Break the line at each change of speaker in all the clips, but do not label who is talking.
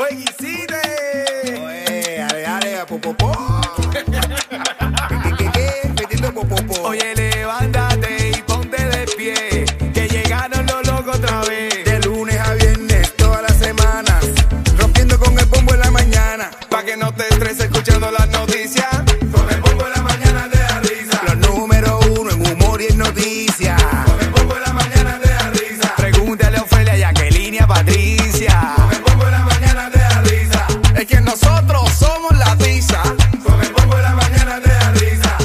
Oye, Iside. Oye, ale, ale, a popopó. ¿Qué, qué, qué? Metiendo popopó. Oye, levántate y ponte de pie. Que llegaron los locos otra vez.
De lunes a viernes, todas las semanas. Rompiendo con el bombo en la mañana.
Pa' que no te estreses escuchando las noticias. Con el bombo en la mañana te da risa.
Los número uno en humor y en noticias.
Con el bombo en la mañana te da risa.
Pregúntale a Ofelia y a Kelini, a Patricia.
Con el bombo en la mañana te da risa.
Es que nosotros somos la tiza.
Con el bombo en la mañana te da risa.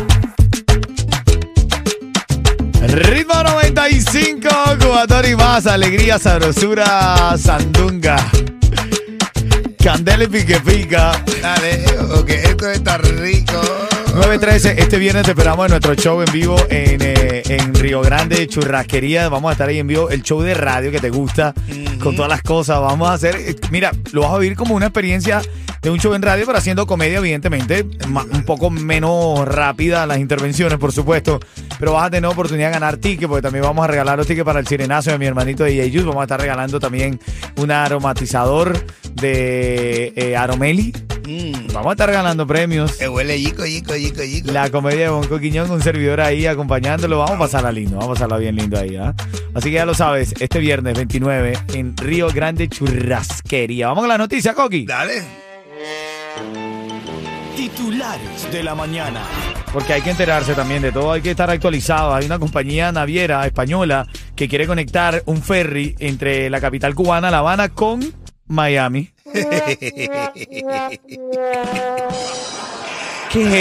Ritmo 95, Cubatón y más, alegría, sabrosura, sandunga. Candela y pique pica.
Dale, que esto está rico.
913, este viernes te esperamos en nuestro show en vivo en, eh, en Río Grande, Churrasquería. Vamos a estar ahí en vivo, el show de radio que te gusta, con todas las cosas. Vamos a hacer, eh, mira, lo vas a vivir como una experiencia de un show en radio, pero haciendo comedia, evidentemente, ma- un poco menos rápida las intervenciones, por supuesto. Pero vas a tener oportunidad de ganar tickets, porque también vamos a regalar los tickets para el sirenazo de mi hermanito DJ Yus. Vamos a estar regalando también un aromatizador de eh, Aromeli. Vamos a estar regalando premios.
Que huele yico, yico, yico, yico.
La comedia de Bonco Quiñón, un servidor ahí acompañándolo. Vamos a pasarla lindo, vamos a pasarla bien lindo ahí, ¿ah? Así que ya lo sabes, este viernes 29 en Río Grande Churrasquería. Vamos con la noticia, Coqui.
Dale.
Titulares de la mañana. Porque hay que enterarse también de todo, hay que estar actualizado. Hay una compañía naviera española que quiere conectar un ferry entre la capital cubana, La Habana, con Miami. ¿Qué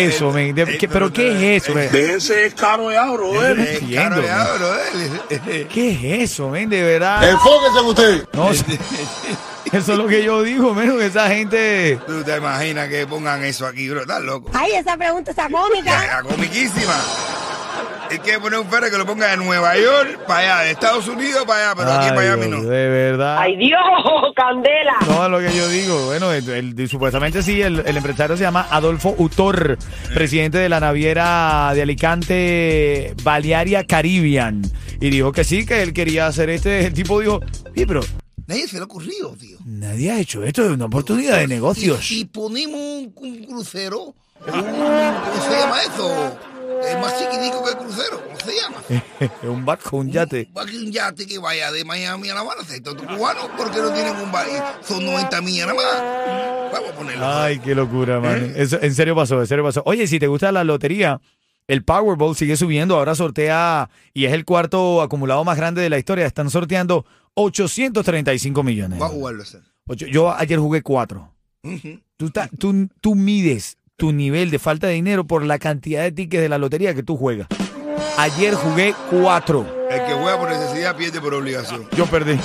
es eso, men? De- ¿qué- ¿Pero qué es eso? men?
Déjense es caro ya, brother.
no entiendo, man. ¿Qué es eso, men? De verdad.
Enfóquese en usted.
No, o sea, eso es lo que yo digo, menos que esa gente.
¿Tú te imaginas que pongan eso aquí, bro? Estás loco.
Ay, esa pregunta está cómica.
La comiquísima. Es que poner un ferry que lo ponga de Nueva York para allá, de Estados Unidos para allá, pero aquí en
Ay,
Miami
Dios,
no.
De verdad.
Ay, Dios, Candela.
No, es lo que yo digo. Bueno, el- el- supuestamente sí, el, el empresario se llama Adolfo Utor, presidente de la naviera de Alicante, Balearia Caribbean. Y dijo que sí, que él quería hacer este. El tipo dijo, sí, pero
Nadie se le ocurrió, tío.
nadie ha hecho esto, es una oportunidad de negocios.
Y, y ponemos un, un crucero. un- ¿Cómo se llama eso? Es más chiquitico que el crucero. ¿Cómo se llama?
un barco, un yate.
Va que un yate que vaya de Miami a La Habana. Se tanto cubano porque no tienen un bar. Son 90 millas nada más. Vamos a ponerlo.
Ay, qué locura, man. Eso, en serio pasó, en serio pasó. Oye, si te gusta la lotería, el Powerball sigue subiendo. Ahora sortea, y es el cuarto acumulado más grande de la historia. Están sorteando 835 millones.
Voy a jugarlo ese.
Ocho- yo ayer jugué cuatro. tú, ta- tú, tú mides tu nivel de falta de dinero por la cantidad de tickets de la lotería que tú juegas. Ayer jugué cuatro.
El que juega por necesidad pierde por obligación.
Yo perdí.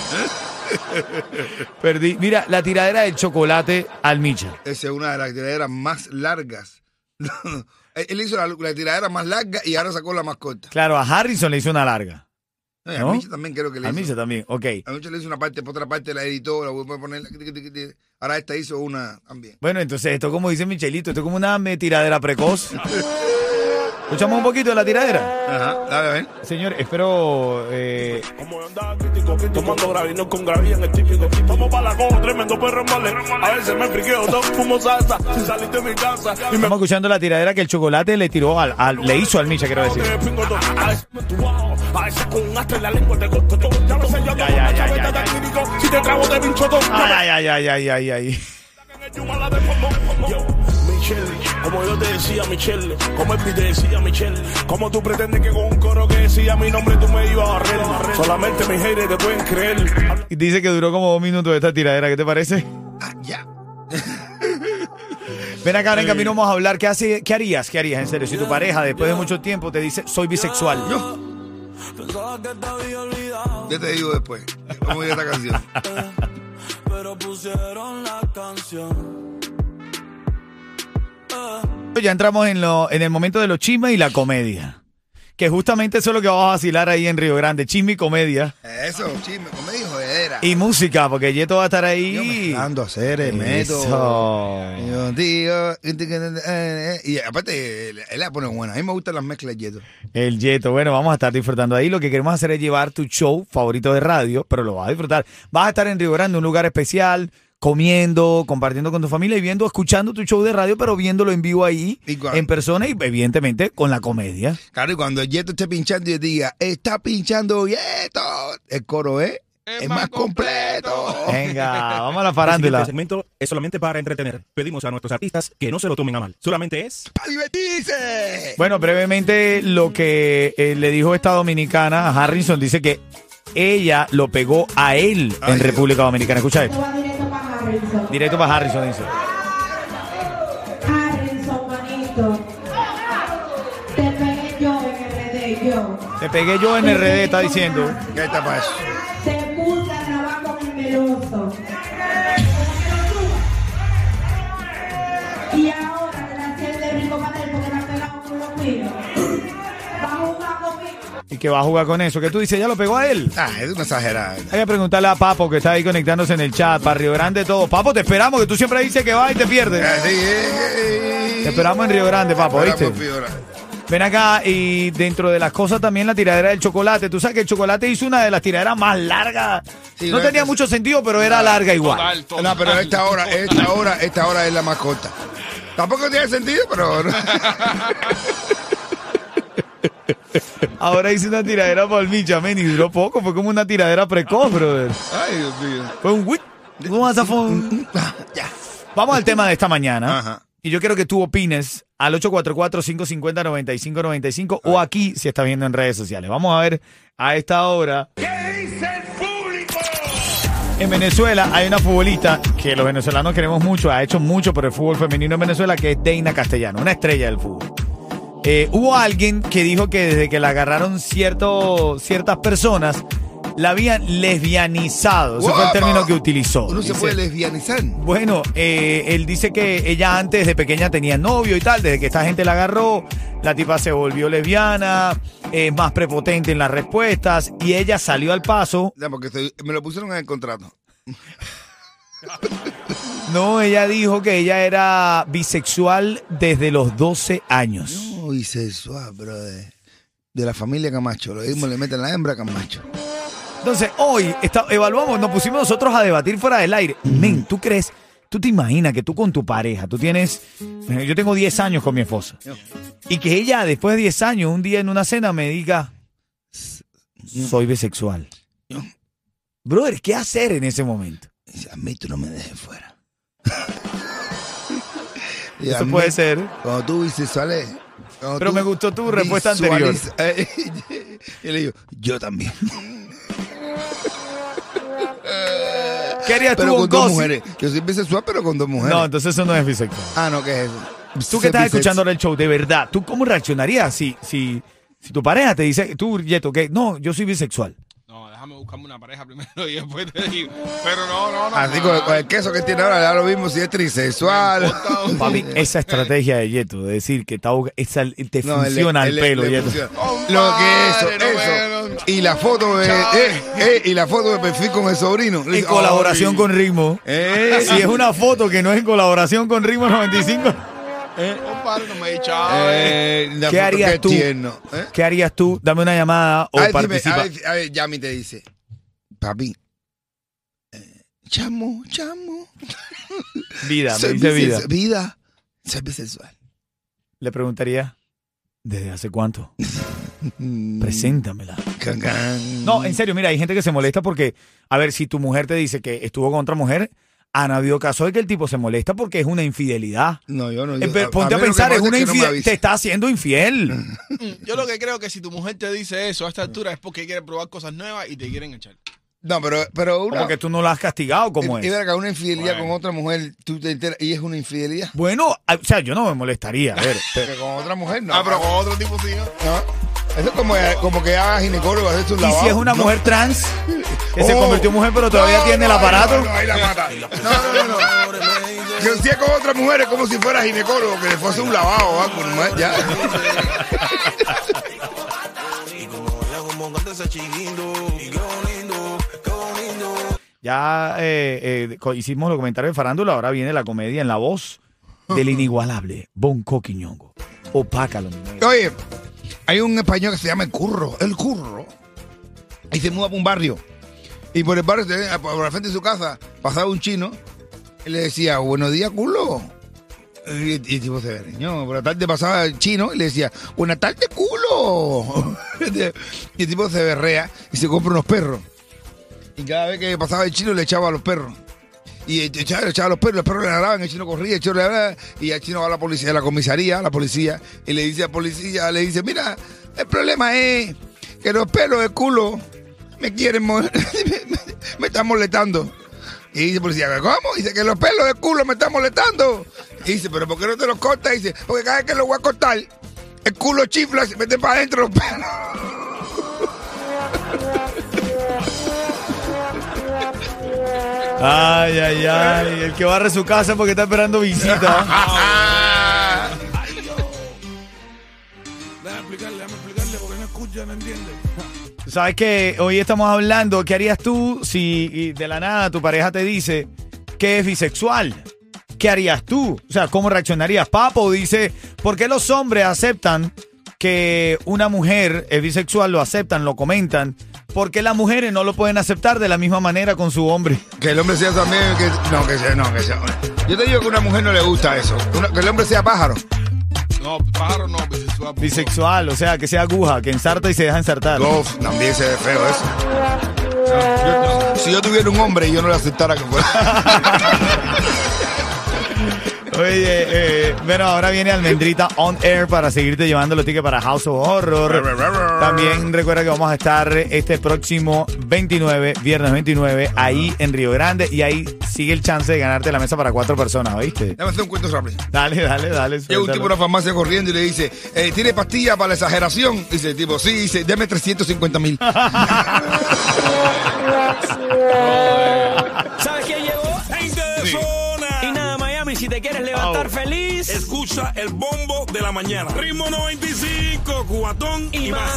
perdí. Mira, la tiradera del chocolate al Micha.
Esa es una de las tiraderas más largas. Él hizo la, la tiradera más larga y ahora sacó la más corta.
Claro, a Harrison le hizo una larga.
No, y a
¿No?
Michi también creo que le
Al
hizo.
Micha también, ok.
A Michi le hizo una parte, por otra parte la editó, la voy a poner. Ahora esta hizo una también.
Bueno, entonces esto como dice Michelito, esto es como una me- tiradera precoz. Escuchamos un poquito de la tiradera.
Ajá, dale, a ver.
Señor, espero... eh,
Como andaba crítico, tomando gravino con gravilla en el típico. Vamos para la coma, tremendo perro en mole. A veces me friqueo, todo fumo salsa. Si saliste de mi casa y me
estamos escuchando la tiradera que el chocolate le tiró al... al- le hizo al Micha, quiero decir.
Tres pingotón. A veces me tumbao, a veces con un hasta en la lengua te corto todo. Ya lo sé,
Ya,
yo tomo
ya, ya,
una
ya,
chaveta
ya.
de acrílico. Si te trago, te pincho todo.
Ay, ay, ay, ay, ay, ay.
En el yuma la de pomo, pomo. Yo, Michelle, como yo te decía Michelle, como el beat te decía Michelle, como tú pretendes que con un coro que decía mi nombre tú me ibas a barrer. Solamente mis haters te pueden creer.
Y Dice que duró como dos minutos esta tiradera, ¿qué te parece?
Ah, ya.
Ven acá, ahora en camino vamos a hablar. ¿Qué, hace, ¿Qué harías? ¿Qué harías en serio? Si tu pareja después de mucho tiempo te dice, soy bisexual.
Pensaba que te había olvidado,
Yo te digo después. ¿Cómo ir esta canción?
pero pusieron la canción.
Ya entramos en, lo, en el momento de los chismes y la comedia. que justamente eso es lo que vamos a vacilar ahí en Río Grande, chisme y comedia
Eso, chisme, comedia y jodera.
y música, porque Yeto va a estar
Yo
ahí.
mezclando hacer, meto.
Eso.
Yo, tío, y aparte, él él la pone buena. A mí me gustan las mezclas de Yeto.
El Yeto, bueno, vamos a estar disfrutando ahí. Lo que queremos hacer es llevar tu show favorito de radio, pero lo vas a disfrutar. Vas a estar en Río Grande, un lugar especial, comiendo, compartiendo con tu familia y viendo, escuchando tu show de radio, pero viéndolo en vivo ahí,
Y cua-
en persona y evidentemente con la comedia.
Claro, y cuando Yeto esté pinchando y diga, está pinchando Yeto, el coro es, es, más completo.
Venga, vamos a la
El siguiente
farándula.
este segmento es solamente para entretener. Pedimos a nuestros artistas que no se lo tomen a mal. Solamente es
¡Para divertirse!
Bueno, brevemente lo que eh, le dijo esta dominicana a Harrison dice que ella lo pegó a él
Ay,
en
Dios.
República Dominicana. Escucha esto. Directo para Harrison dice.
Harrison, manito. Te pegué yo en RD, yo.
Te pegué yo en RD, está diciendo.
¿Qué está para eso?
Te puse a trabajar con el meloso. Y ahora, gracias de rico padre, porque me ha pegado con los míos. Va a jugar conmigo.
y que va a jugar con eso. Que tú dices, ya lo pegó a él.
Ah, es una exagerada.
Hay que preguntarle a Papo que está ahí conectándose en el chat. Para Río Grande todo. Papo, te esperamos, que tú siempre dices que vas y te pierdes.
Así es.
Te esperamos en Río Grande, papo,
Esperamos,
¿oíste?
Fiora.
Ven acá y dentro de las cosas también la tiradera del chocolate. Tú sabes que el chocolate hizo una de las tiraderas más largas.
Sí,
no
no,
tenía
es-
mucho sentido, pero era larga igual.
No, pero esta hora, esta hora, esta hora es la más corta. Tampoco tiene sentido, pero no.
Ahora hice una tiradera por Micha, men, y duró poco. Fue como una tiradera precoz, brother.
Ay, Dios mío.
Fue un whip. Un azafón.
Ya.
Vamos al tema de esta mañana.
Ajá.
Y yo quiero que tú opines al 844-550-9595
Ah.
o aquí si estás viendo en redes sociales. Vamos a ver a esta hora. En Venezuela hay una futbolista que los venezolanos queremos mucho, ha hecho mucho por el fútbol femenino en Venezuela, que es Deina Castellano, una estrella del fútbol. Eh, hubo alguien que dijo que desde que la agarraron cierto, ciertas personas, la habían lesbianizado. Ese fue el
Guapa.
término que utilizó.
Uno se
Dice,
puede lesbianizar.
bueno, eh, él dice que ella antes de pequeña tenía novio y tal, desde que esta gente la agarró, la tipa se volvió lesbiana, eh, más prepotente en las respuestas y ella salió al paso.
Ya, porque estoy- me lo pusieron en el contrato.
No, ella dijo que ella era bisexual desde los 12 años.
No, y sexual, brother. De la familia Camacho. Lo mismo le meten la hembra a Camacho.
Entonces, hoy está- evaluamos, nos pusimos nosotros a debatir fuera del aire. Men, ¿tú crees? ¿Tú te imaginas que tú con tu pareja, tú tienes, eh, yo tengo 10 años con mi esposa, y que ella después de 10 años, un día en una cena me diga, soy bisexual? Brother, ¿qué hacer en ese momento?
Dice, a mí tú no me dejes fuera. Y a
Eso
mí,
puede ser.
Cuando tú bisexuales. cuando
Pero
tú
me gustó tu respuesta anterior.
visualiz- y le digo, yo también.
¿Qué harías
Pero
tú
con dos
gossip?
mujeres. Yo soy bisexual, pero con dos mujeres.
No, entonces eso no es bisexual.
Ah, no, ¿qué es eso?
Tú que estás
Ser bisexual.
escuchando ahora el show, de verdad, ¿tú cómo reaccionarías si, si, si tu pareja te dice, tú, Yeto, que no, yo soy bisexual?
No, déjame buscarme una pareja primero y después te digo. Pero no, no, no.
Así con, con el queso que tiene ahora, le da lo mismo si es trisexual.
Papi, esa estrategia de Yeto, de decir que está ahoga- esa, te
No, él le-
funciona
él
al
le-
pelo,
e- le
Yeto.
funciona.
Oh,
Lo que eso,
madre, no,
eso.
bueno.
Y la foto de,
Chao.
eh, eh, y la foto de perfil con el sobrino.
En colaboración con Ritmo.
Eh.
Si es una foto que no es en colaboración con Ritmo 95,
Compadre, no me "Ah, he dicho.
Eh, la
Ah, ¿qué
foto
harías
que
tú?
tierno, ¿eh?
¿Qué harías tú? Dame una llamada o
a ver,
participa.
dime, a ver, a ver, Yami te dice, papi, eh, chamo, chamo,
vida, me
soy
dice vida.
bisex- vida, soy bisexual.
Le preguntaría, ¿desde hace cuánto?
Mm,
Preséntamela.
can, can.
No, eh, en serio, mira, hay gente que se molesta porque, a ver, si tu mujer te dice que estuvo con otra mujer, han habido casos de que el tipo se molesta porque es una infidelidad.
No, yo no. yo-
Eh, pero Ponte a
mí lo que
pensar, es
pasa
una
que no me Mm.
infidelidad.
avisa.
te está haciendo infiel.
mm, Yo lo que creo que si tu mujer te dice eso a esta altura es porque quiere probar cosas nuevas y te quieren echar.
No, pero, pero una...
Porque tú no la has castigado como
y,
es.
y ver acá, una infidelidad con otra mujer, tú te enteras, y es una infidelidad.
Bueno, a- o sea, yo no me molestaría. A ver, pero-
Pero con otra mujer no.
Ah, pero con otro tipo sí. ¿no?
No. Eso es como, eh, como que haga ginecólogo, hacer sus
¿Y
lavados.
si es una
No.
mujer trans que se
Oh.
convirtió en mujer pero todavía
No,
tiene el
no,
aparato?
No, no, ahí la mata. No, no, no. no. Que si es con otra mujer es como si fuera ginecólogo, que le fuese un lavado, va, con ya.
Ya eh, eh, co- hicimos los comentarios de farándula, ahora viene la comedia en la voz del inigualable Bonco Quiñongo. Opácalo, mi negro.
Oye, hay un español que se llama El Curro, El Curro, y se muda para un barrio. Y por el barrio, tenía- por la frente de su casa, pasaba un chino y le decía, buenos días, culo. Y el y el tipo se verñó. Por la tarde pasaba el chino y le decía, buenas tardes, culo. y el tipo se berrea y se compra unos perros. Y cada vez que pasaba el chino le echaba a los perros. Y eh, echaba, le echaba a los perros, los perros le hablaban, el chino corría, el chino le hablaba, y al chino va a la policía, a la comisaría, a la policía, y le dice a la policía, le dice, mira, el problema es que los perros de culo me quieren mo- me, me- me están molestando. Y dice el policía, ¿cómo? Dice que los pelos de culo me están molestando. Y dice, ¿pero por qué no te los cortas? Dice, porque cada vez que los voy a cortar, el culo chifla, se mete para adentro los pelos.
Ay, ay, ay. El que barre su casa porque está esperando visita.
Déjame explicarle, déjame explicarle porque no escucha, no entiende.
Sabes que hoy estamos hablando, ¿qué harías tú si y de la nada tu pareja te dice que es bisexual? ¿Qué harías tú? O sea, ¿cómo reaccionarías? Papo dice, ¿por qué los hombres aceptan que una mujer es bisexual? Lo aceptan, lo comentan. ¿Por qué las mujeres no lo pueden aceptar de la misma manera con su hombre?
Que el hombre sea también. Que, no, que sea, no, que sea. Yo te digo que a una mujer no le gusta eso. Una- que el hombre sea pájaro.
No, pájaro no, bisexual. por favor.
Bisexual, o sea, que sea aguja, que ensarta y se deja ensartar.
Uf, también se ve feo eso. No, yo- si yo tuviera un hombre y yo no le aceptara que fuera.
Oye, eh, bueno, ahora viene Almendrita On Air para seguirte llevando los tickets para House of Horror. También recuerda que vamos a estar este próximo 29, viernes 29, ahí en Río Grande. Y ahí sigue el chance de ganarte la mesa para cuatro personas, ¿oíste?
Déjame hacer un cuento rápido.
Dale, dale, dale.
Llega un tipo a
suéltalo.
una farmacia corriendo y le dice, eh, ¿tiene pastilla para la exageración? Dice el tipo, sí, dice, deme 350 mil.
¿Sabes quién llegó?
Gente de zona.
Y nada, Miami, si te quieres levantar feliz
Escucha el bombo de la mañana. Ritmo 95, cubatón y,
y más.
más.